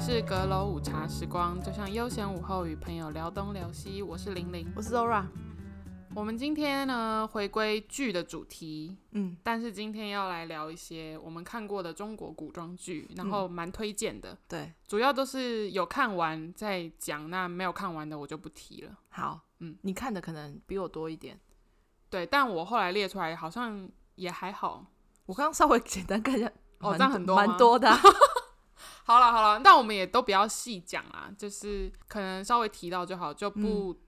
是阁楼午茶时光，就像悠闲午后与朋友聊东聊西。我是玲玲，我是 Zora。我们今天呢回归剧的主题，嗯，但是今天要来聊一些我们看过的中国古装剧，然后蛮推荐的，对，主要都是有看完再讲，那没有看完的我就不提了。好，嗯嗯，你看的可能比我多一点。对，但我后来列出来好像也还好。我刚刚稍微简单看一下，哦蛮这样很多吗蛮多的啊、好了好了，那我们也都不要细讲啦，就是可能稍微提到就好，就不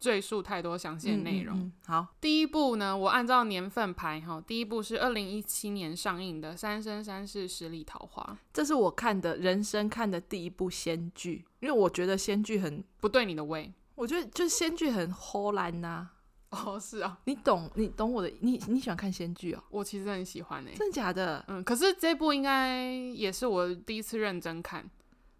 赘述太多详细的内容。嗯嗯嗯好，第一部呢，我按照年份排哈，第一部是二零一七年上映的《三生三世十里桃花》，这是我看的人生看的第一部仙剧，因为我觉得仙剧很，不对你的胃。我觉得就是仙剧很齁烂呐、哦，是啊，你懂，你懂我的，你你喜欢看仙剧哦？我其实很喜欢诶、真的假的？嗯，可是这部应该也是我第一次认真看，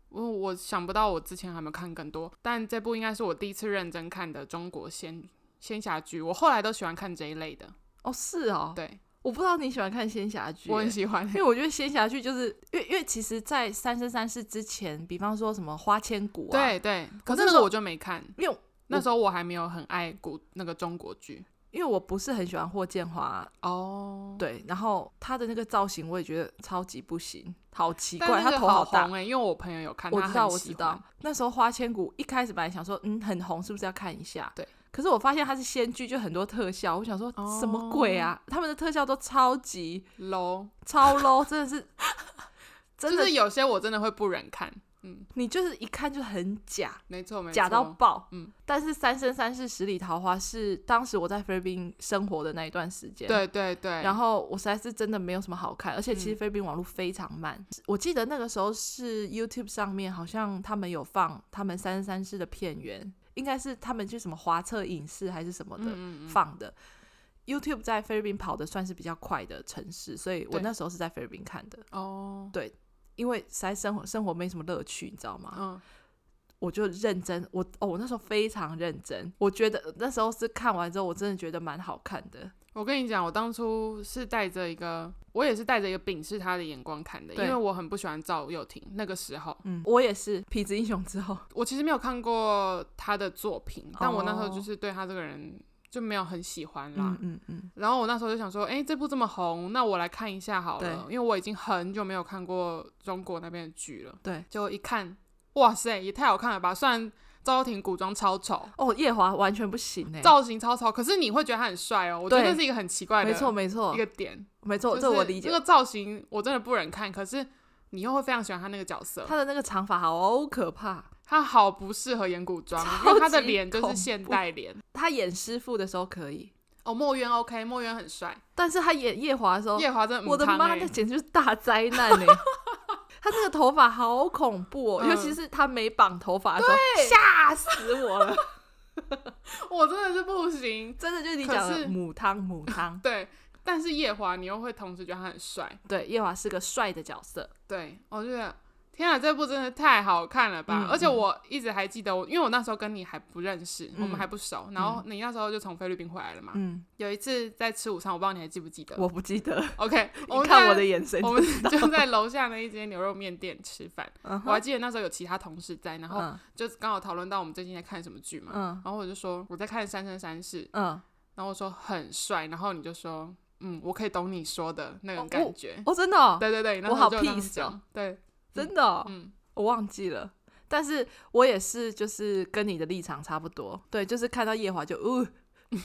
我我想不到我之前还没有看更多，但这部应该是我第一次认真看的中国仙仙侠剧，我后来都喜欢看这一类的，哦，是哦，对我不知道你喜欢看仙侠剧、我很欸喜 欢、因为我觉得仙侠剧就是，因为因为其实，在《三生三世》之前，比方说什么《花千骨》啊，，对对，可是那那时个候我就没看，因为那时候我还没有很爱古那个中国剧因为我不是很喜欢霍建华，哦。对，然后他的那个造型我也觉得超级不行，好奇但怪，那他个头好大红。哎、因为我朋友有看，我他知道，很我喜知道欢。。那时候《花千骨》一开始本来想说，嗯，很红，是不是要看一下？对。可是我发现它是仙剧，就很多特效。我想说，哦什么鬼啊？他们的特效都超级 low，超 low，真 的是，真就的，是有些我真的会不忍看。你就是一看就很假。没错，没错，假到爆，嗯嗯，但是《三生三世十里桃花》是当时我在菲律宾生活的那一段时间，，对对对。然后我实在是真的没有什么好看，而且其实哎嗯菲律宾网络非常慢，我记得那个时候是 YouTube 上面好像他们有放他们《三生三世》的片源，应该是他们去什么华策影视还是什么的、嗯嗯嗯，放的。YouTube 在菲律宾跑的算是比较快的城市，所以我对那时候是在菲律宾看的，哦，因为实在生活生活没什么乐趣，你知道吗？嗯，我就认真，我哦，我那时候非常认真，我觉得那时候是看完之后，我真的觉得蛮好看的。我跟你讲，我当初是带着一个，我也是带着一个鄙视他的眼光看的，因对为我很不喜欢赵又廷。那个时候，嗯，我也是《痞子英雄》之后，我其实没有看过他的作品，但我那时候哦就是对他这个人就没有很喜欢啦。嗯嗯嗯，然后我那时候就想说，哎、这部这么红，那我来看一下好了，因对为我已经很久没有看过中国那边的剧了。对，就一看，哇塞，也太好看了吧！虽然赵又廷古装超丑，哦，夜华完全不行哎、造型超丑，可是你会觉得他很帅哦。我觉得对这是一个很奇怪的，没错没错一个点。没错，就这是我理解这。个造型我真的不忍看，可是你又会非常喜欢他那个角色，他的那个长发好可怕，他好不适合演古装，超因为他的级脸就是恐现怖代脸。他演师傅的时候可以，哦，墨渊 OK，墨渊很帅，但是他演夜华的时候，夜华真的母哦我的汤妈，欸那简直就是大灾难 哎、他这个头发好恐怖哦，嗯尤其是他没绑头发的时候，吓死 我了！我真的是不行。真的就是你可讲是的母汤母汤。对，但是夜华你又会同时觉得他很帅，对，夜华是个帅的角色。对我就觉得天啊，这部真的太好看了吧！嗯而且我一直还记得我，因为我那时候跟你还不认识，我们嗯还不熟，然后你那时候就从菲律宾回来了嘛。嗯，有一次在吃午餐，我不知道你还记不记得我不记得， ？OK，我你们看在我的。眼神我就们知道。就在楼下那一间牛肉面店吃饭，嗯我还哦哼记得那时候有其他同事在，然后嗯就刚好讨论到我们最近在看什么剧嘛，嗯然后我就说我在看《三生三世》，嗯，然后我说很帅，然后你就说嗯，我可以懂你说的那种感觉，哦，真的哦，对对对，那我时候好就这样 peace 讲哦对，真的哦，嗯，我忘记了。但是我也是，就是跟你的立场差不多。对，就是看到夜华就呜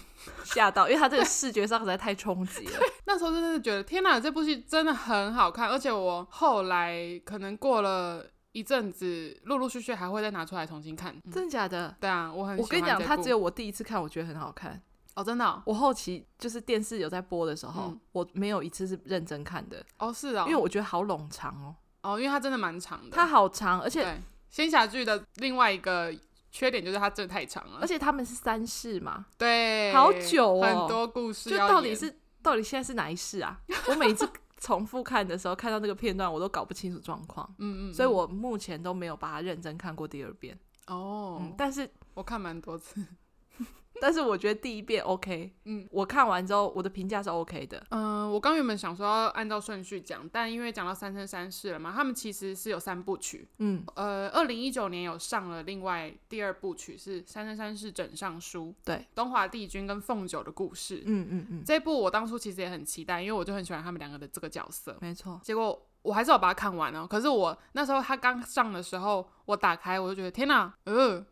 吓到，因为他这个视觉上实在太冲击了。那时候真的是觉得天哪，这部戏真的很好看，而且我后来可能过了一阵子，陆陆续续还会再拿出来重新看。嗯 真的假的？对啊，我很喜我欢跟你讲，这他部只有我第一次看，我觉得很好看。哦，真的哦，我后期就是电视有在播的时候，嗯我没有一次是认真看的，哦是哦，因为我觉得好冗长哦，哦，因为它真的蛮长的。它好长，而且对仙侠剧的另外一个缺点就是它真的太长了，而且他们是三世嘛，对好久哦很多故事就要到底演是到底现在是哪一世啊？我每次 重复看的时候，看到那个片段，我都搞不清楚状况，嗯嗯，所以嗯我目前都没有把它认真看过第二遍。嗯哦，嗯，但是我看蛮多次。但是我觉得第一遍 OK，嗯，我看完之后我的评价是 OK 的。嗯、我刚原本想说要按照顺序讲，但因为讲到三生三世了嘛，他们其实是有三部曲。嗯，呃，二零一九年有上了另外第二部曲是《三生三世枕上书》，对，东华帝君跟凤九的故事。嗯嗯嗯，这一部我当初其实也很期待，因为我就很喜欢他们两个的这个角色。没错。结果我还是有把它看完哦。可是我那时候它刚上的时候，我打开我就觉得天哪，呃，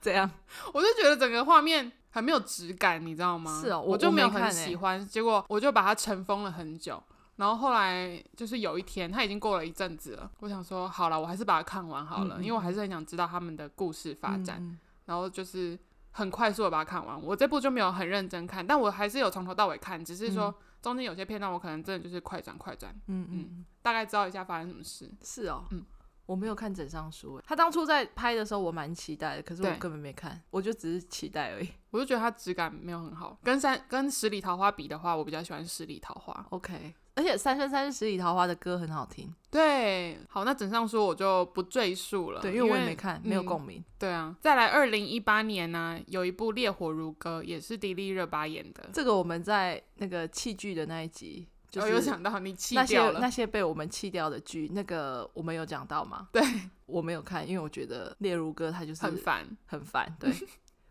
这样？我就觉得整个画面很没有质感，你知道吗？是哦我我就没有我没很看欸喜欢。结果我就把它尘封了很久。然后后来就是有一天，它已经过了一阵子了，我想说好了，我还是把它看完好了，嗯嗯因为我还是很想知道他们的故事发展。嗯，嗯然后就是很快速的把它看完。我这部就没有很认真看，但我还是有从头到尾看，只是说中间有些片段我可能真的就是快转快转，嗯嗯嗯大概知道一下发生什么事。是哦，嗯我没有看枕上书欸，他当初在拍的时候我蛮期待的，可是我对根本没看，我就只是期待而已。我就觉得它质感没有很好，跟三跟十里桃花比的话，我比较喜欢十里桃花。 OK，而且《三生三世十里桃花》的歌很好听，对，好，那整上书我就不赘述了，对，因因为我也没看，没有嗯共鸣。对啊，再来二零一八年呢、有一部《烈火如歌》，也是迪丽热巴演的，这个我们在那个弃剧的那一集，就我是有想到你弃那些掉了，那些被我们弃掉的剧，那个我们有讲到吗？对， 我没有看，因为我觉得列如哥他就是很烦很烦， 对。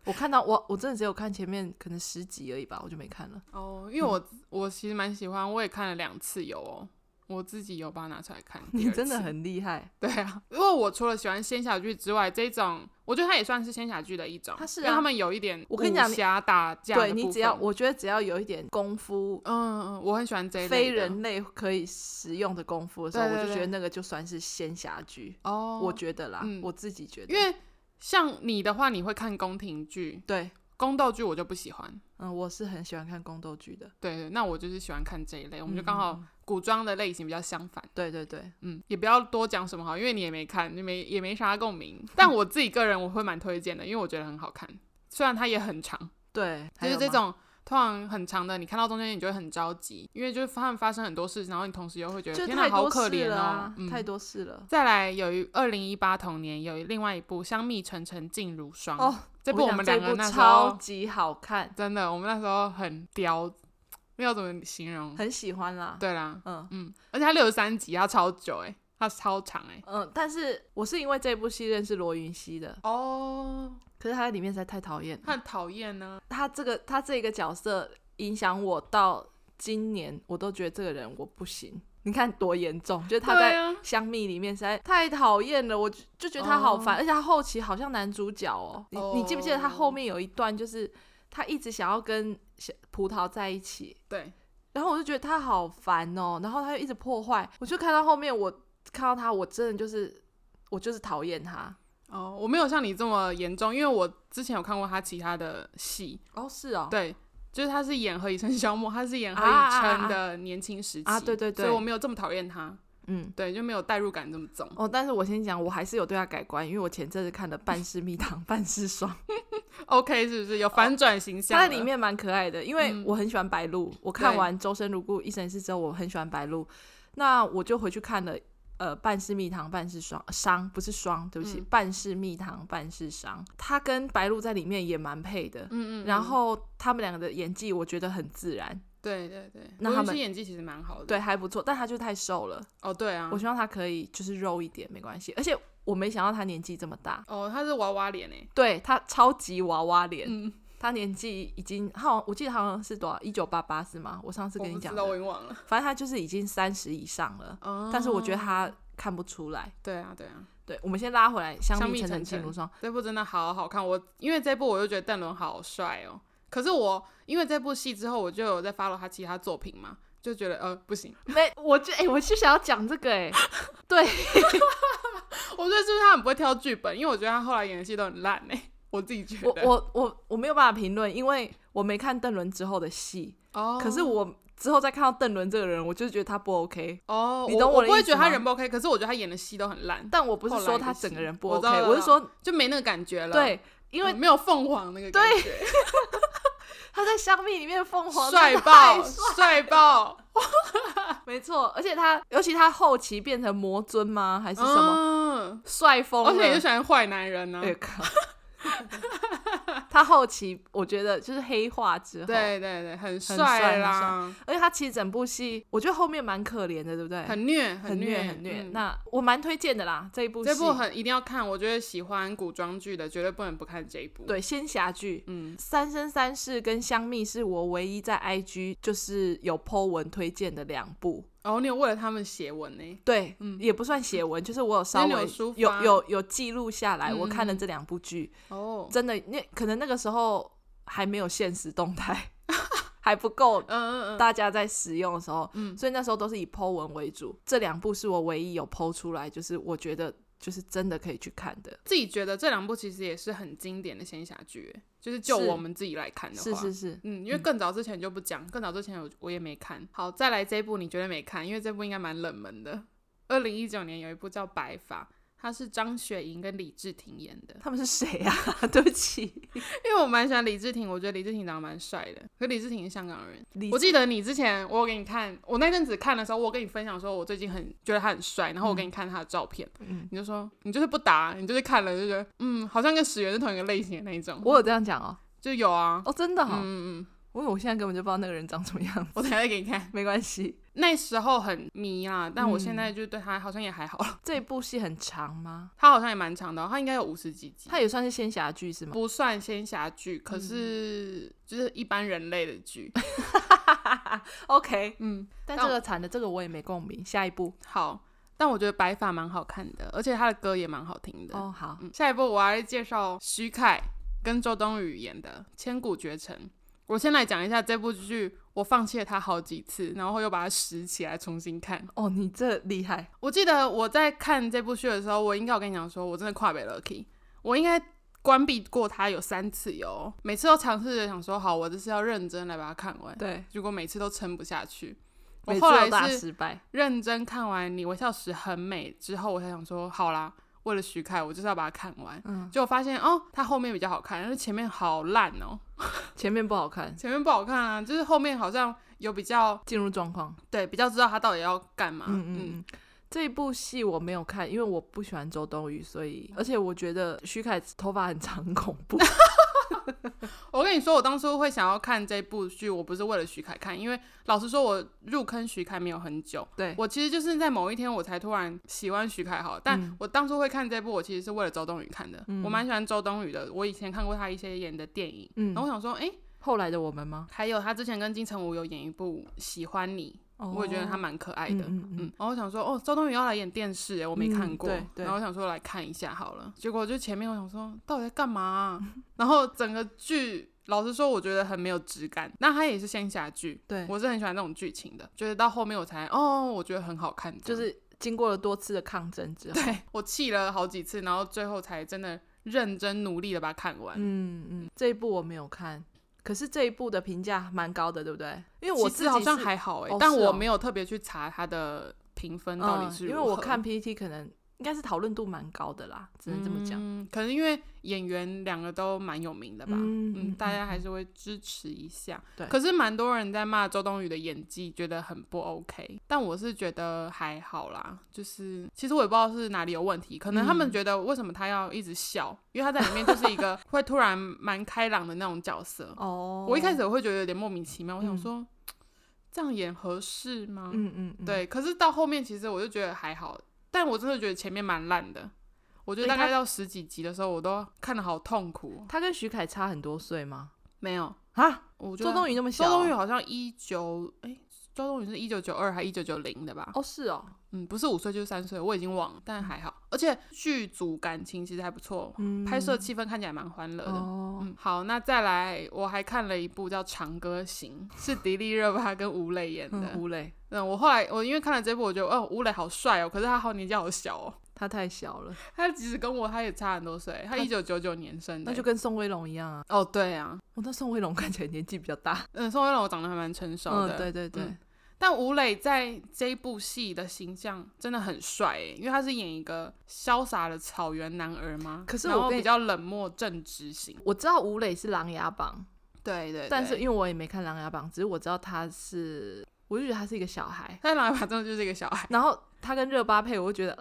我看到我我真的只有看前面可能十集而已吧，我就没看了。哦，因为嗯我、我其实蛮喜欢，我也看了两次有哦，我自己有把它拿出来看。第你二真的次很厉害，对啊，因为我除了喜欢仙侠剧之外，这种我觉得它也算是仙侠剧的一种，它是因为啊他们有一点我跟你讲武你侠打架的对你部只要分我觉得只要有一点功夫，嗯嗯，我很喜欢这一类非的人类可以使用的功夫的时候，对对我就觉得对那个就算是仙侠剧，哦，我觉得啦，嗯我自己觉得，因为像你的话，你会看宫廷剧、对，宫斗剧，我就不喜欢。嗯，我是很喜欢看宫斗剧的，对对，那我就是喜欢看这一类，我们就刚嗯好古装的类型比较相反。对对对，嗯，也不要多讲什么好，因为你也没看，你 没也没啥共鸣。但我自己个人我会蛮推荐的，因为我觉得很好看，虽然它也很长，对，还就是这有吗，种通常很长的，你看到中间你就会很着急，因为就是他们发生很多事，然后你同时又会觉得就天太哪，好多可事怜了、哦啊，嗯太多事了。再来有一二零一八同年有另外一部《香蜜沉沉烬如霜》哦，这部我我们想两个这部那时超候级好看，真的，我们那时候很刁，不知道怎么形容。很喜欢啦。对啦，嗯嗯，而且它六十三集，它超久哎、它超长哎、嗯、但是我是因为这部戏认识罗云熙的，哦，可是他在里面实在太讨厌了。很讨厌啊呢。他这个他这个角色影响我到今年，我都觉得这个人我不行。你看多严重，就是他对在啊，香蜜里面实在太讨厌了，我就就觉得他好烦，哦而且他后期好像男主角哦，你你记不记得他后面有一段就是他一直想要跟小葡萄在一起，对，然后我就觉得他好烦哦，然后他又一直破坏，我就看到后面我看到他，我真的就是我就是讨厌他。哦，我没有像你这么严重，因为我之前有看过他其他的戏，哦，是哦，对，就是他是演何以琛消磨，他是演何啊以啊啊琛的年轻时期啊对对对所以我没有这么讨厌他，嗯，对，就没有代入感这么重。哦，但是我先讲，我还是有对他改观，因为我前阵子看了《半世蜜糖 半世霜》， OK，是不是有反转形象、他在里，面蛮可爱的，因为嗯我很喜欢白鹿，我看对完《周生如故一生一世》之后，我很喜欢白鹿，那我就回去看了。呃，半世蜜糖，半世霜，伤不是霜，对不起，嗯半世蜜糖，半世伤。他跟白鹿在里面也蛮配的，嗯嗯，然嗯后他们两个的演技我觉得很自然，对对对，那罗他云们熙演技其实蛮好的。对，，还不错，但他就太瘦了。哦对啊我，希望他可以就是肉一点，没关系。而且我没想到他年纪这么大，哦他是娃娃脸哎，对他超级娃娃脸，嗯，他年纪已经好像，我记得好像是多少一九八八是吗？我上次我跟你不知讲道，我的，已经忘了。反正他就是已经三十以上了，哦，但是我觉得他看不出来。对啊对啊，对，我们先拉回来，香香蜜蜜沉沉沉烬沉 如霜，这部真的好好看，我因为这部我就觉得邓伦好帅哦。可是我因为这部戏之后，我就有在 follow 他其他作品嘛，就觉得呃不行，没，我就哎、我就想要讲这个 哎、我觉得是不是他很不会挑剧本？因为我觉得他后来演的戏都很烂哎、我自己觉我得。我我我没有办法评论，因为我没看邓伦之后的戏，哦，可是我之后再看到邓伦这个人，我就觉得他不 OK。哦，你懂我我的不会意思觉得他吗人不 OK，可是我觉得他演的戏都很烂，但我不是后来说的他戏整个人不我知 OK，道了我是说就没那个感觉了。对，因为嗯没有凤凰那个感觉，他在香蜜里面凤凰帅 真的爆太帅帅爆没错，而且他尤其他后期变成魔尊吗？还是什么么？帅疯哦嗯而了？啊 且你就喜欢坏男人呢、哎靠他后期我觉得就是黑化之后，，对对对，很帅帅很啦，而且他其实整部戏，我觉得后面蛮可怜的，对不对？很虐，很虐，很虐。嗯那我蛮推荐的啦，这一部戏这部很一定要看，我觉得喜欢古装剧的绝对不能不看这一部。，对仙侠剧，嗯，三生三世》跟《香蜜》是我唯一在 IG 就是有 po 文推荐的两部。哦，你有为了他们写文呢、对，嗯也不算写文，就是我有稍那你微有抒发有有有记录下来，嗯我看了这两部剧，哦，真的那可能那个时候还没有现实动态， 还不够嗯嗯嗯，大家在使用的时候，嗯所以那时候都是以 Po 文为主。这两部是我唯一有 Po 出来，就是我觉得就是真的可以去看的。自己觉得这两部其实也是很经典的仙侠剧欸，就是就是我们自己来看的话，是是是，嗯，因为更早之前就不讲，更早之前我我也没看。好，再来这一部你绝对没看，因为这部应该蛮冷门的。二零一九年有一部叫《白发》，它是张雪迎跟李治廷演的。他们是谁啊？ 对不起， 因为我蛮喜欢李治廷，我觉得李治廷长得蛮帅的。可李治廷是香港人，李我记得你之前我有给你看，我那阵子看的时候，我有跟你分享说我最近很觉得他很帅，然后我给你看他的照片，嗯你就说你就是不答，你就是看了就觉得嗯，好像跟史源是同一个类型的那一种，我有这样讲哦， 就有啊，哦，真的哈、嗯嗯嗯，因为我现在根本就不知道那个人长什么样 子，我等一下再给你看。没关系。那时候很迷啊，但我现嗯在就对他好像也还好了。这部戏很长吗？他好像也蛮长的哦，他应该有五十几集，它也算是仙侠剧是吗？不算仙侠剧，可是就是一般人类的剧。 OK， 嗯，但但我这个惨的这个我也没共鸣。下一部好，但我觉得白发蛮好看的，而且他的歌也蛮好听的。哦，好，嗯，下一部我要介绍徐凯跟周冬雨演的《千古绝尘》。我先来讲一下这部剧，我放弃了它好几次，然后又把它拾起来重新看。哦，你这厉害，我记得我在看这部剧的时候，我应该有跟你讲说，我真的跨北 lucky，我应该关闭过它有三次哦哟，每次都尝试着想说，好，我这是要认真来把它看完，对，结果每次都撑不下去。我每次后都来大是失败。认真看完《你微笑时很美》之后，我才想说，好啦，为了徐凯，我就是要把它看完。嗯，结果发现哦，它后面比较好看，但是前面好烂哦，前面不好看，前面不好看啊，就是后面好像有比较进入状况。对比较知道他到底要干嘛，嗯嗯嗯，这部戏我没有看，因为我不喜欢周冬雨，所以而且我觉得徐凯头发很长， 很恐 怖。我跟你说，我当初会想要看这部剧，我不是为了徐凯看，因为老实说，我入坑徐凯没有很久。对，我其实就是在某一天，我才突然喜欢徐凯好，但嗯我当初会看这部，我其实是为了周冬雨看的。嗯我蛮喜欢周冬雨的，我以前看过她一些演的电影，嗯然后我想说，哎、后来的我们吗？还有她之前跟金城武有演一部《喜欢你》，我也觉得她蛮可爱嗯的。哦嗯嗯嗯，然后我想说，哦，周冬雨要来演电视耶，我没看过。嗯对对然后我想说来看一下好了。结果就前面我想说，到底在干嘛啊、 然后整个剧，老实说，我觉得很没有质感。那它也是仙侠剧，对，我是很喜欢那种剧情的。就是到后面我才，哦，我觉得很好看。就这样是经过了多次的抗争之后，对我气了好几次，然后最后才真的认真努力的把它看完。嗯嗯，这一部我没有看，可是这一部的评价蛮高的，对不对？因为我其实自己好像是还好哎、哦但是我哦没有特别去查它的评分到底嗯，是、因为我看。PPT 可能应该是讨论度蛮高的啦，只能这么讲。嗯，可能因为演员两个都蛮有名的吧，嗯嗯，嗯大家还是会支持一下。对可是蛮多人在骂周冬雨的演技，觉得很不 OK，但我是觉得还好啦。就是其实我也不知道是哪里有问题，可能他们嗯觉得为什么他要一直笑，因为他在里面就是一个 会突然蛮开朗的那种角色。哦我一开始会觉得有点莫名其妙，我想嗯说、这样演合适吗？嗯嗯嗯，对，可是到后面其实我就觉得还好，但我真的觉得前面蛮烂的。我觉得诶大概他到十几集的时候，我都看得好痛苦哦。他跟徐凯差很多岁吗？没有，啊，我觉得周冬雨那么小周哦，冬雨好像一九哎，周冬雨是一九九二还一九九零的吧？哦嗯是哦，嗯，不是五岁就是三岁，我已经忘了，但还好。而且剧组感情其实还不错，嗯拍摄气氛看起来蛮欢乐的。哦，嗯，好，那再来，我还看了一部叫《长歌行》，是迪丽热巴跟吴磊演的 嗯，。吴磊嗯，我后来我因为看了这部，我觉得哦，吴磊好帅哦，可是他好年纪好小哦，他太小了，他其实跟我他也差很多岁，他他一九九九年生的那欸，就跟宋威龙一样啊。哦对啊，我那宋威龙 看起来年纪比较大，嗯，宋威龙长得还蛮成熟的，嗯，对对对嗯，但吴磊在这一部戏的形象真的很帅诶，因为他是演一个潇洒的草原男儿嘛，可是然我后跟比你较冷漠正直型，我知道吴磊是《琅琊榜对对》，但是对因为我也没看《琅琊榜》，只是我知道他是，我就觉得他是一个小孩，哎他在《琅琊榜》真的就是一个小孩，然后他跟热巴配，我就觉得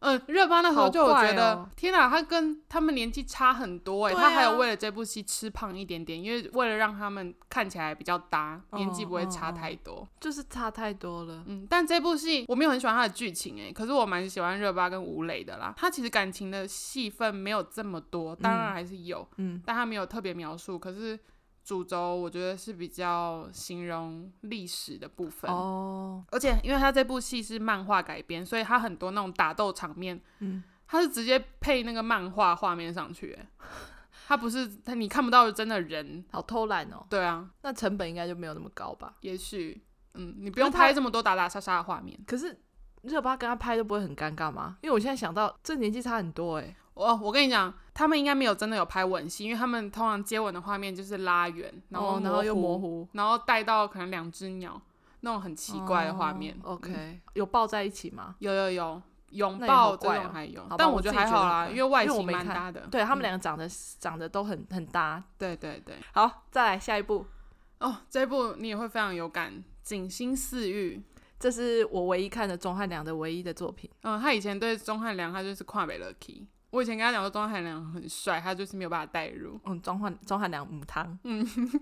嗯，热巴那时候就我好怪觉得，哦天哪，她跟他们年纪差很多哎、对啊她还有为了这部戏吃胖一点点，因为为了让他们看起来比较搭，年嗯纪不会差太多。就是差太多了。嗯，但这部戏我没有很喜欢它的剧情哎、可是我蛮喜欢热巴跟吴磊的啦。她其实感情的戏份没有这么多，当然还是有，嗯，但她没有特别描述。可是主轴我觉得是比较形容历史的部分。哦，而且因为他这部戏是漫画改编，所以他很多那种打斗场面，嗯，他是直接配那个漫画画面上去，欸他不是他你看不到真的人，好偷懒哦，对啊，那成本应该就没有那么高吧？也许嗯，你不用那他拍这么多打打杀杀的画面。可是热巴跟他拍都不会很尴尬吗？因为我现在想到这年纪差很多哎、我哦我跟你讲，他们应该没有真的有拍吻戏，因为他们通常接吻的画面就是拉远，然后、哦然后又模，糊，然后带到可能两只鸟那种很奇怪的画面。哦 OK，、嗯有抱在一起吗？有有有拥那也好抱这怪种哦还有好吧，但我我觉自得还己觉得好很啦，怪因为外因为我形没蛮看搭的。对他嗯们两个长得长得都很很搭。对对对，好，再来下一部，哦，这一部你也会非常有感，《景星似玉》。这是我唯一看的钟汉良的唯一的作品。嗯，他以前对钟汉良，他就是跨北 lucky。我以前跟他讲说钟汉良很帅，他就是没有把他带入。嗯嗯，钟汉钟汉良母汤，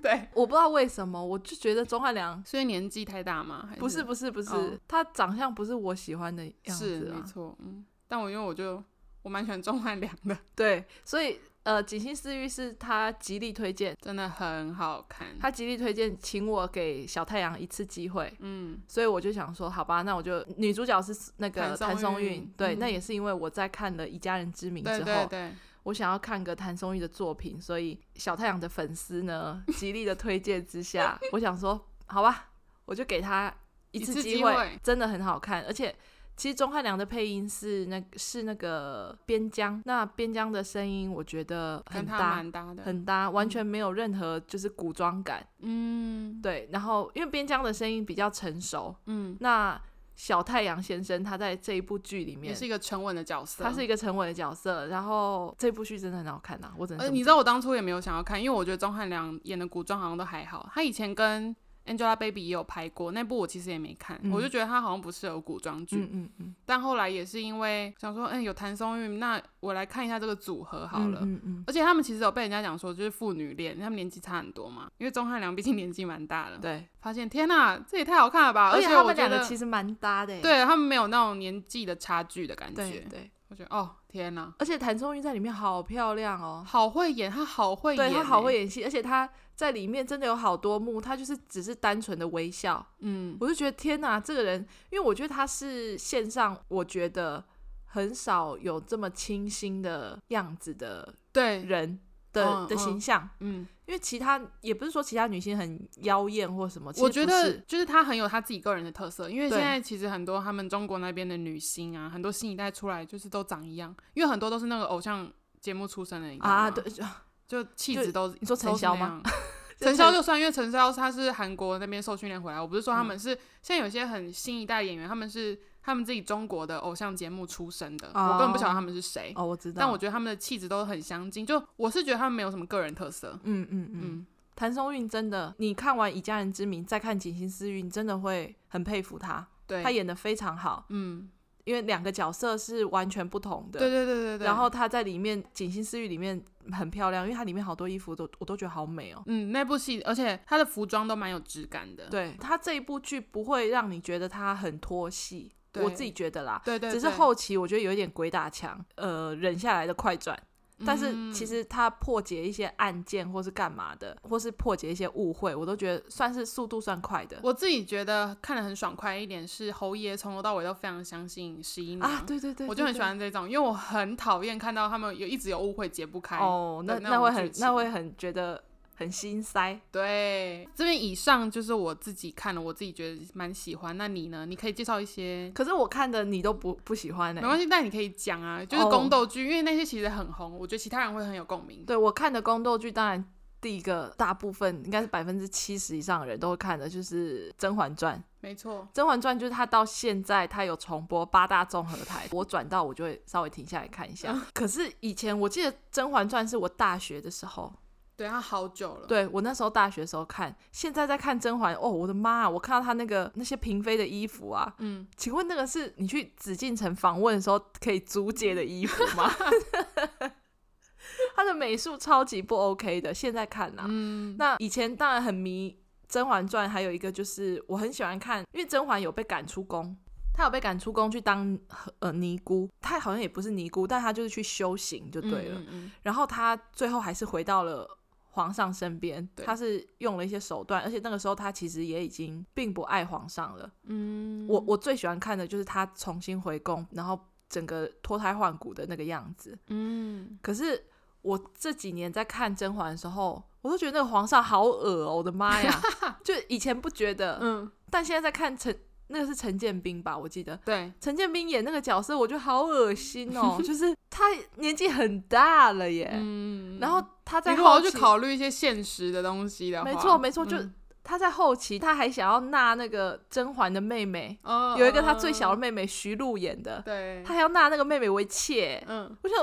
对，我不知道为什么，我就觉得钟汉良所以年纪太大吗？还不是不是不是，哦他长相不是我喜欢的样是子没啊。错，嗯。但我因为我就我蛮喜欢钟汉良的，对，所以呃，《锦心似玉》是他极力推荐，真的很好看。他极力推荐请我给小太阳一次机会，嗯，所以我就想说，好吧，那我就女主角是那个谭松谭松韵韵，对，嗯那也是因为我在看了《以家人之名》之对后，对对，我想要看个谭松韵的作品，所以小太阳的粉丝呢极力的推荐之下，我想说，好吧，我就给他一一次次机机会，会真的很好看，而且。其实钟汉良的配音是那是那个边疆，那边疆的声音我觉得很跟他搭，蛮搭的。很搭，完全没有任何就是古装感。嗯对，然后因为边疆的声音比较成熟，嗯，那小太阳先生他在这一部剧里也面是，一个沉稳的角色。他是一个沉稳的角色。然后这部剧真的很好看呐、啊我只能呃，这么你知道我当初也没有想要看，因为我觉得钟汉良演的古装好像都还好。他以前跟 Angelababy 也有拍过那部，我其实也没看，嗯我就觉得他好像不适合古装剧。嗯嗯嗯，但后来也是因为想说，哎、有谭松韵，那我来看一下这个组合好了。嗯嗯而且他们其实有被人家讲说，就是父女恋，他们年纪差很多嘛。因为钟汉良毕竟年纪蛮大了嗯，，对，发现天哪、这也太好看了吧！而且他我们觉两个得，其实蛮搭的耶，对他们没有那种年纪的差距的欸感对觉。对，我觉得，哦，天哪、而且谭松韵在里面好漂亮哦，好会演，他好会演、对欸，她好会演戏，而且她在里面真的有好多幕，她就是只是单纯的微笑，嗯，我就觉得天哪，这个人，因为我觉得他是线上，我觉得很少有这么清新的样子的对，人的、嗯的嗯形象。嗯。因为其他也不是说其他女星很妖艳或什么，其实我觉不得是就是她很有她自己个人的特色，因为对现在其实很多他们中国那边的女星啊，很多新一代出来就是都长一样，因为很多都是那个偶像节目出身的，你知道吗啊， 对，，就就气质都你你说陈潇 吗？陈潇就算，因为陈潇他是韩国那边受训练回来，我不是说他嗯们是、现在有些很新一代演员，他们是他们自己中国的偶像节目出身的，哦我根本不晓得他们是谁，哦，我知道，但我觉得他们的气质都很相近，就我是觉得他们没有什么个人特色，嗯嗯嗯，嗯，谭松韵真的，你看完《以家人之名》再看《锦心似玉》，你真的会很佩服她，对，她演的非常好，嗯，因为两个角色是完全不同的，对对对对对，然后她在里面《锦心似玉》里面很漂亮，因为她里面好多衣服都我都觉得好美哦。嗯，那部戏，而且她的服装都蛮有质感的。对她这一部剧不会让你觉得她很拖戏，对我自己觉得啦。对对啊只是，后期我觉得有一点鬼打墙，呃，忍下来的快转。对但是其、嗯实她破解一些案件，或是干嘛的，或是破解一些误会，我都觉得算是速度算快的我自己觉得看得很爽快一点是侯爷从头到尾都非常相信十一娘啊。对对对，我就很对喜欢这种，因为我很讨厌看到他们有一直有误会解不开。哦，那的那那种会剧很那情会很觉得很心塞。对，这边以上就是我自己看了，我自己觉得蛮喜欢。那你呢？你可以介绍一些。可是我看的你都不不喜欢欸呢、没关系，但你可以讲啊，就是哦宫斗剧因为那些其实很红，我觉得其他人会很有共鸣。对我看的宫斗剧，当然第一个大部分应该是百分之七十以上的人都会看的，就是《甄嬛传》。没错，《甄嬛传》就是它到现在它有重播八大综合台，我转到我就会稍微停下来看一下。可是以前我记得《甄嬛传》是我大学的时候对他好久了，对我那时候大学时候看，现在在看甄嬛，哦，我的妈、啊！我看到她那个那些嫔妃的衣服啊，嗯，请问那个是你去紫禁城访问的时候可以租借的衣服吗？ 她的美术超级不 OK 的，现在看啊呐、嗯，那以前当然很迷《甄嬛传》，还有一个就是我很喜欢看，因为甄嬛有被赶出宫，她有被赶出宫去当呃尼姑，她好像也不是尼姑，但她就是去修行就就对了。嗯嗯然后她最后还是回到了皇上身边，对她是用了一些手段，而且那个时候她其实也已经并不爱皇上了。嗯我我最喜欢看的就是她重新回宫，然后整个脱胎换骨的那个样子。嗯，可是我这几年在看甄嬛的时候，我都觉得那个皇上好恶哦、我的妈 呀！就以前不觉得，嗯，但现在在看陈，那个是陈建斌吧？我记得对，陈建斌演那个角色，我觉得好恶 心哦、就是他年纪很大了耶。嗯，然后他在你如果后要期去，考虑一些现实的东西的话，没错没错，就嗯他在后期他还想要纳那个甄嬛的妹妹，哦有一个他最嗯小的妹妹徐璐演的，对他，还要纳那个妹妹为妾。嗯，我想，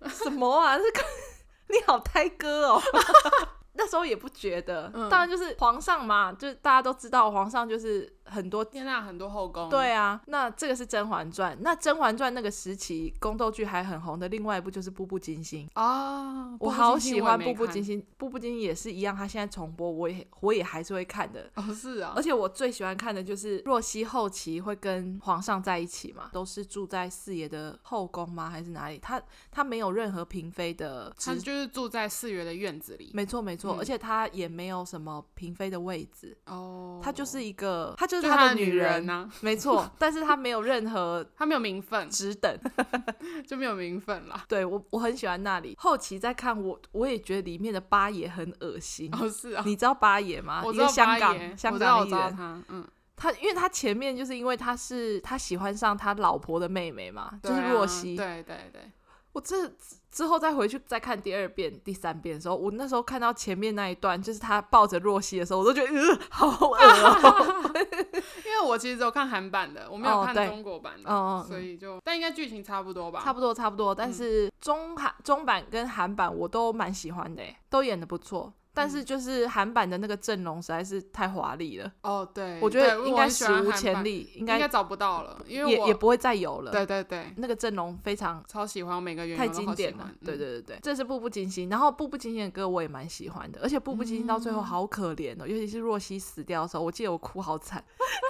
呃，什么啊？这个你好胎哥哦。 那时候也不觉得，嗯当然就是皇上嘛，就是大家都知道，皇上就是很多。天呐，很多后宫，对啊，那这个是《甄嬛传》，那《甄嬛传》那个时期宫斗剧还很红的，另外一部就是《步步惊心》，啊，我好喜欢《步步步惊惊心心》，《步步惊心》也是一样，它现在重播，我也我也还是会看的。我也没看，哦，是啊而，且我最喜欢看的就是若曦后期会跟皇上在一起嘛，都是住在四爷的后宫吗？还是哪里？他他没有任何嫔妃的他职，就是住在四月的院子里，没错没错，嗯而且他也没有什么嫔妃的位置，哦，他就是一个他就是就他他的女人，呐，没错，但是他没有任何他没有名分，职等。就没有名分啦。对我我很喜欢那里，后期再看我我也觉得里面的八爷很恶心。哦，是啊，你知道八爷吗？我一知个道香八爷港香我知道港我艺知道人，他，嗯，他因为他前面就是因为他是他喜欢上他老婆的妹妹嘛， 就对是啊若曦。对对对，我这之后再回去再看第二遍、第三遍的时候，我那时候看到前面那一段，就是他抱着若曦的时候，我都觉得呃，好恶 哦、因为我其实只有看韩版的，我没有哦看对中国版的，嗯嗯嗯所以就但应该剧情差不多吧，差不多差不多，嗯但是中韩中版跟韩版我都蛮喜欢的欸，都演的不错。但嗯是就是韩版的那个阵容实在是太华丽了，哦，对，我觉对得应我该很喜史欢无韩前版，例，应应该该找不到了，因为也我也不会再有了。对对对，那个阵容非常超喜欢，我每个演员太都经好喜典了欢，对，嗯对对对，这是《步步惊心》，然后《步步惊心》的歌我也蛮喜欢的，而且《步步惊心》到最嗯后好可怜哦，尤其是若曦死掉的时候，我记得我哭好惨，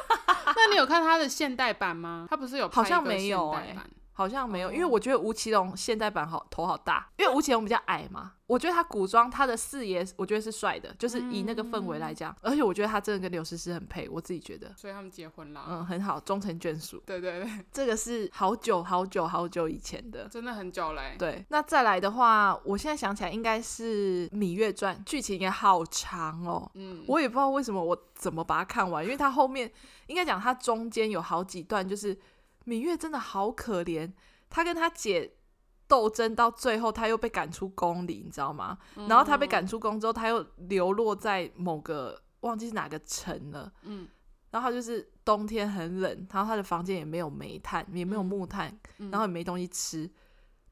嗯那你有看他的现代版吗？他不是有拍好像一个没有现代欸版好像没有，哦因为我觉得吴奇隆现代版好头好大，因为吴奇隆比较矮嘛，我觉得他古装他的四爷我觉得是帅的，就是以那个氛围嗯来讲，而且我觉得他真的跟刘诗诗很配，我自己觉得，所以他们结婚啦，嗯，很好，终成眷属，对对 对，这个是好久好久好久以前的。真的很久嘞、欸，对，那再来的话，我现在想起来应该是《芈月传》，剧情也好长哦。嗯，我也不知道为什么我怎么把它看完，因为它后面应该讲它中间有好几段，就是芈月真的好可怜，她跟她姐斗争到最后，她又被赶出宫里，你知道吗？嗯然后她被赶出宫之后，她又流落在某个忘记是哪个城了，嗯，然后她就是冬天很冷，然后她的房间也没有煤炭，也没有木炭，嗯然后也没东西吃。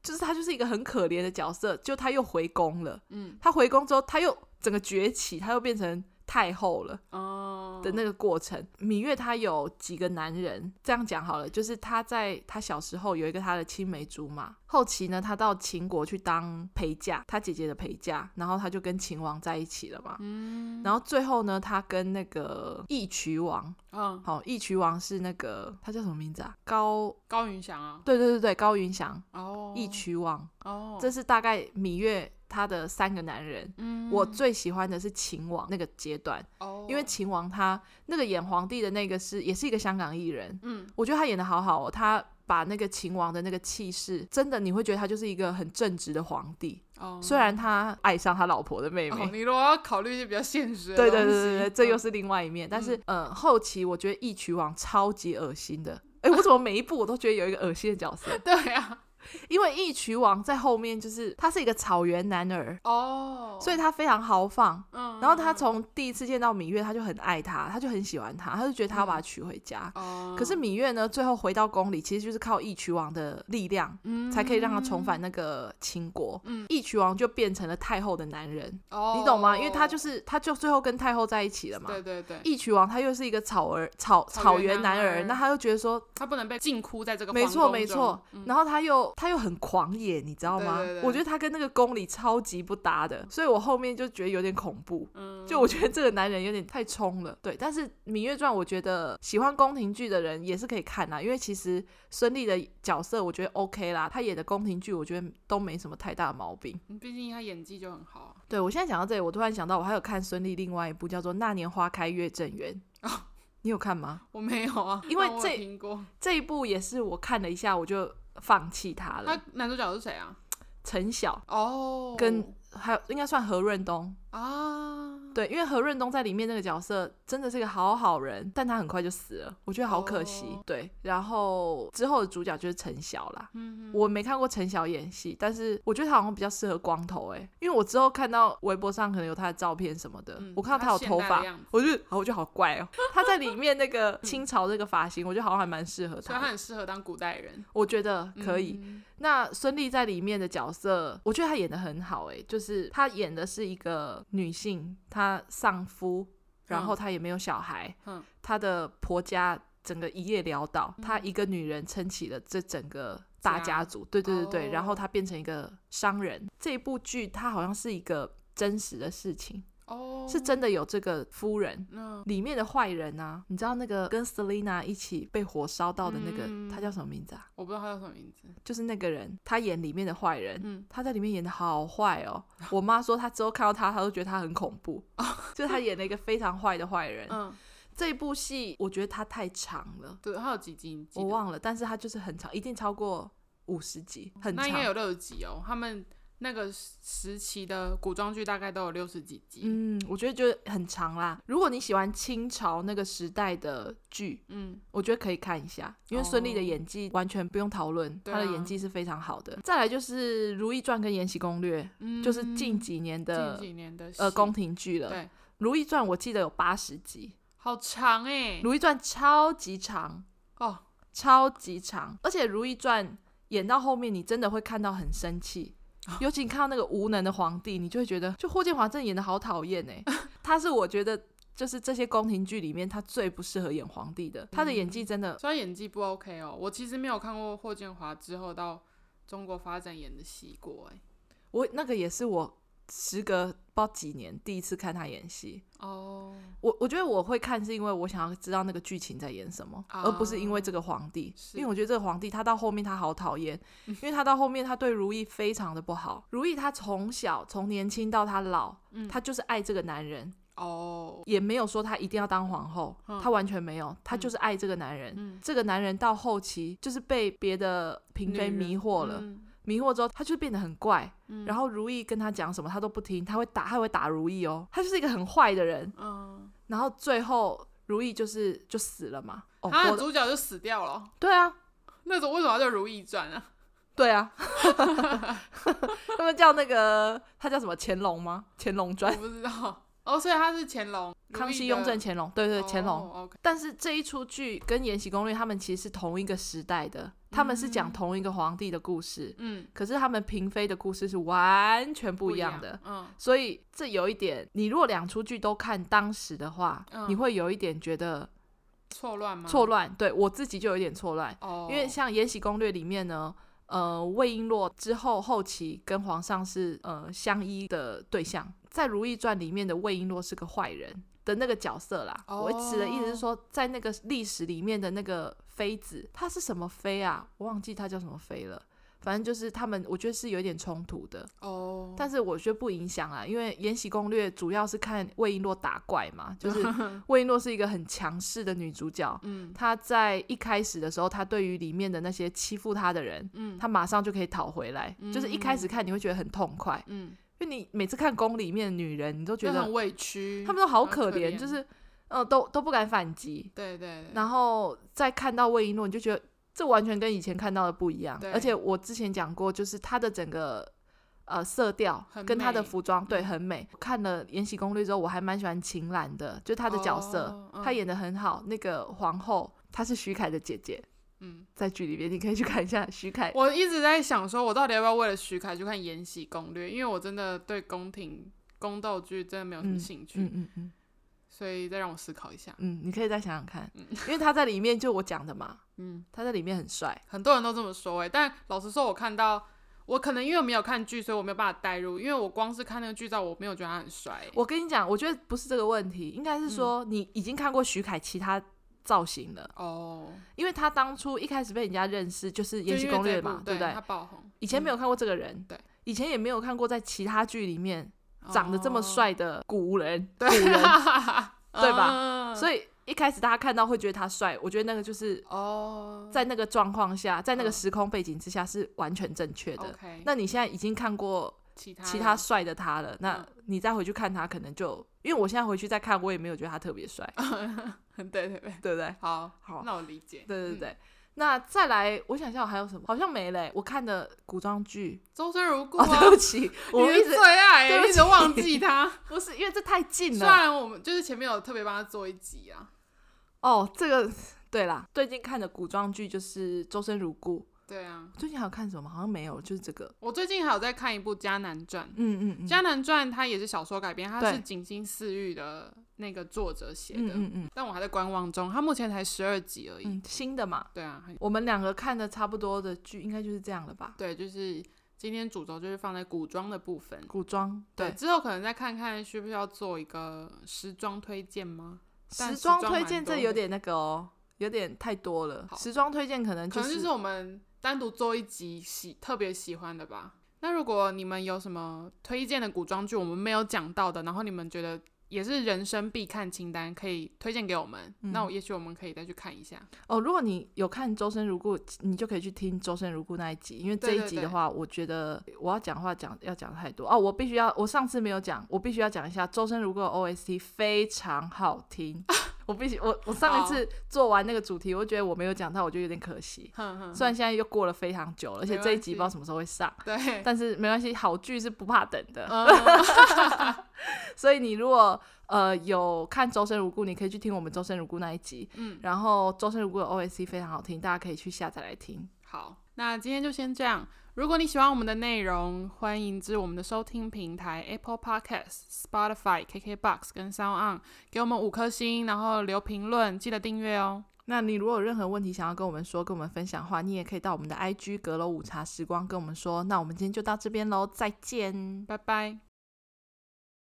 就是她就是一个很可怜的角色，就她又回宫了。嗯她回宫之后，她又整个崛起，她又变成太后了。哦的那个过程。芈月她有几个男人，这样讲好了，就是她在她小时候有一个她的青梅竹马，后期呢，她到秦国去当陪嫁，她姐姐的陪嫁，然后她就跟秦王在一起了嘛。嗯然后最后呢，她跟那个义渠王，嗯好、义渠王是那个他叫什么名字啊？高，高云翔啊，对对对对，高云翔，哦义渠王，哦，这是大概芈月她的三个男人。嗯我最喜欢的是秦王那个阶段，哦，因为秦王他那个演皇帝的那个是也是一个香港艺人，嗯我觉得他演的好好哦，他把那个秦王的那个气势，真的你会觉得他就是一个很正直的皇帝，哦，虽然他爱上他老婆的妹妹。 哦，你如果要考虑一些比较现实的对对东对西嗯对对，这又是另外一面。但是，呃，后期我觉得义渠王超级恶心的。哎，我怎么每一部我都觉得有一个恶心的角色？ 对啊，因为义渠王在后面就是他是一个草原男儿，哦，所以以他非常豪放。嗯，然后他从第一次见到芈月，他就很爱她，他就很喜欢她，他就觉得他要嗯把她娶回家。哦，可是芈月呢，最后回到宫里，其实就是靠义渠王的力量，嗯才可以让他重返那个秦国。嗯义渠王就变成了太后的男人，哦，你懂吗？因为他就是，他就最后跟太后在一起了嘛。对对对，义渠王他又是一个草儿草草草原原男男儿儿，那他又觉得说，他不能被禁锢在这个没皇错宫没中错，嗯然后他又他又很狂野，你知道吗？对对对我觉得他跟那个宫里超级不搭的，所以我后面就觉得有点恐怖。嗯就我觉得这个男人有点太冲了，对。但是《芈月传》，我觉得喜欢宫廷剧的人也是可以看啦，因为其实孙俪的角色我觉得 OK 啦，她演的宫廷剧我觉得都没什么太大的毛病。毕竟他演技就很好啊。对我现在讲到这里，我突然想到我还有看孙俪另外一部叫做《那年花开月正圆》你有看吗？我没有啊，因为但我有这听过这一部也是我看了一下我就放弃它他了，男主角是谁啊？陈晓。哦，跟还有应该算何润东，啊，对，因为何润东在里面那个角色真的是个好好人，但他很快就死了，我觉得好可惜。哦对，然后之后的主角就是陈晓啦。嗯我没看过陈晓演戏，但是我觉得他好像比较适合光头哎、因为我之后看到微博上可能有他的照片什么的，嗯我看到他有头他现代的发样子，我就好我就好怪哦、他在里面那个 清朝那个发型，我觉得好像还蛮适合所以他他的，很适合当古代人，我觉得可以。嗯那孙俪在里面的角色，我觉得她演的很好、欸，就是她演的是一个女性，她丧夫，然后她也没有小孩，嗯她的婆家整个一夜潦倒，她嗯一个女人撑起了这整个大家族，对对对对，哦然后她变成一个商人。这部剧它好像是一个真实的事情，哦，是真的有这个夫人。嗯里面的坏人啊，你知道那个跟 Selina 一起被火烧到的那个，嗯他叫什么名字啊？我不知道他叫什么名字，就是那个人，他演里面的坏人，嗯他在里面演的好坏哦。我妈说她之后看到他，她都觉得他很恐怖， 就是他演了一个非常坏的坏人。嗯，这一部戏我觉得他太长了，对，他有几集？你记我得忘了，但是他就是很长，一定超过五十集，很那应该长。有六十集哦，他们那个时期的古装剧大概都有六十几集，嗯，我觉得就是很长啦。如果你喜欢清朝那个时代的剧，嗯我觉得可以看一下，因为孙俪的演技完全不用讨论，哦对她的啊演技是非常好的。再来就是《如懿传》跟《延禧攻略》嗯，就是近几年的近几年的呃戏宫廷剧了。对《如懿传》我记得有八十集，好长哎、 《如懿传》超级长，哦，超级长，而且《如懿传》演到后面，你真的会看到很生气。尤其你看到那个无能的皇帝，你就会觉得，就霍建华真的演的好讨厌哎，他是我觉得就是这些宫廷剧里面他最不适合演皇帝的，他的演技真的虽然演技不 OK 哦，我其实没有看过霍建华之后到中国发展演的戏过哎、我那个也是我时隔不知道几年第一次看他演戏，哦，我我觉得我会看是因为我想要知道那个剧情在演什么，啊而不是因为这个皇帝，是因为我觉得这个皇帝他到后面他好 讨厌，因为他到后面他对如懿非常的不好，如懿她从小从年轻到她老，嗯她就是爱这个男人，哦，也没有说她一定要当皇后，嗯她完全没有，她就是爱这个男人。嗯这个男人到后期就是被别的嫔女妃人迷惑了，嗯迷惑之后，他就变得很怪。嗯然后如懿跟他讲什么，他都不听，他会打，他会打如懿哦。他就是一个很坏的人。嗯，然后最后如懿就是就死了嘛。哦，他活的的主角就死掉了哦，对啊，那种为什么要叫《如懿传》啊？对啊。 他们叫那个他叫什么乾隆吗？乾隆我传，不知道哦，所以他是乾隆，康熙、雍正、乾乾隆，对对，乾隆。哦，OK，但是这一出剧跟《延禧攻略》他们其实是同一个时代的，他们是讲同一个皇帝的故事，嗯，可是他们嫔妃的故事是完全不一样的。，嗯，所以这有一点，你如果两出剧都看当时的话，嗯你会有一点觉得错乱吗？错乱。对我自己就有一点错乱，哦，因为像《延禧攻略》里面呢，呃，魏璎珞之后后期跟皇上是呃相依的对象，在《如懿传》里面的魏璎珞是个坏人的那个角色啦。哦我指的意思是说，在那个历史里面的那个妃子，她是什么妃啊？我忘记她叫什么妃了。反正就是他们，我觉得是有点冲突的。哦，但是我觉得不影响啊，因为《延禧攻略》主要是看魏璎珞打怪嘛，就是 魏璎珞是一个很强势的女主角，嗯她在一开始的时候，她对于里面的那些欺负她的人，嗯她马上就可以讨回来，就是一开始看你会觉得很痛快，嗯，因为你每次看宫里面的女人，你都觉就得很委屈，她们都好很可可怜，怜就是呃都都不敢反击，对对对，然后再看到魏璎珞，你就觉得这完全跟以前看到的不一样对。而且我之前讲过，就是它的整个呃色调很跟它的美嗯服装，对，很美。看了《延禧攻略》之后，我还蛮喜欢秦岚的，就她的角色，哦她嗯演的很好。那个皇后，她是徐凯的姐姐，嗯，在剧里面你可以去看一下徐凯。我一直在想说，我到底要不要为了徐凯去看《延禧攻略》？因为我真的对宫廷宫斗剧真的没有什么兴趣，嗯嗯嗯所以再让我思考一下。嗯，你可以再想想看，因为他在里面就我讲的嘛，嗯，他在里面很帅。很多人都这么说诶、欸但老实说，我看到我可能因为没有看剧，所以我没有办法代入，因为我光是看那个剧照，我没有觉得他很帅欸、我跟你讲，我觉得不是这个问题，应该是说嗯你已经看过徐凯其他造型了，哦，因为他当初一开始被人家认识就是《延禧就因为攻略这》部嘛，对不对他？爆红，以前没有看过这个人，对，以前也没有看过在其他剧里面嗯长得这么哦帅的古人，对，嗯古 人，对吧以所以一开始大家看到会觉得他帅，我觉得那个就是 哦，在那个状况下，在那个嗯时空背景之下是完全正确的。 OK，那你现在已经看过其他嗯其他人帅的他了，那你再回去看他，可能就因为我现在回去再看，我也没有觉得他特 别帅，对对对，对不对？好，好，那我理解。对对嗯对。那再来，我想一下，我还有什么？好像没嘞、我看的古装剧，周深如故哦，啊，对不起， 我你一的直最爱对欸，不一直起忘记 他。不是因啊为这太近虽了。然我们就是前面有特别帮他做一集啊，哦，这个对啦，最近看的古装剧就是《周生如故》。对啊，最近还有看什么？好像没有，就是这个。我最近还有在看一部《迦南传》。嗯嗯《嗯，迦南传》它也是小说改编，它是对景星四玉的那个作者写嗯的，嗯嗯但我还在观望中。它目前才十二集而已。嗯，新的嘛，对啊，很我们两个看的差不多的剧，应该就是这样了吧？对，就是今天主轴就是放在古装的部分。古装对，对，之后可能再看看需不需要做一个时装推荐吗？但时时装装推蛮荐多这的有点那个哦，有点太多了好。时装推荐可能可就能就是是我们单独做一集喜特别喜欢的吧。那如果你们有什么推荐的古装剧我们没有讲到的，然后你们觉得也是人生必看清单，可以推荐给我们，嗯那我也许我们可以再去看一下。哦，如果你有看《周生如故》，你就可以去听《周生如故》那一集，因为这对一对集对的话，我觉得我要讲话讲要讲太多哦，我必须要，我上次没有讲，我必须要讲一下《周生如故》的 OST 非常好 听，我必须我我上一好次做完那个主题，我觉得我没有讲到，我就有点可惜。哼哼，虽然现在又过了非常久了，而且没这一关集系哎不知道什么时候会上，对，但是没关系，好剧是不怕等的。 嗯，所以你如果呃有看《周生如故》，你可以去听我们《周生如故》那一集。嗯，然后《周生如故》的 OST 非常好听，大家可以去下载来听。好，那今天就先这样。如果你喜欢我们的内容，欢迎至我们的收听平台 Apple Podcast、Spotify、KKBox 跟 Sound On 给我们五颗星，然后留评论，记得订阅哦。那你如果有任何问题想要跟我们说、跟我们分享的话，你也可以到我们的 IG 阁楼午茶时光跟我们说。那我们今天就到这边喽，再见。拜拜。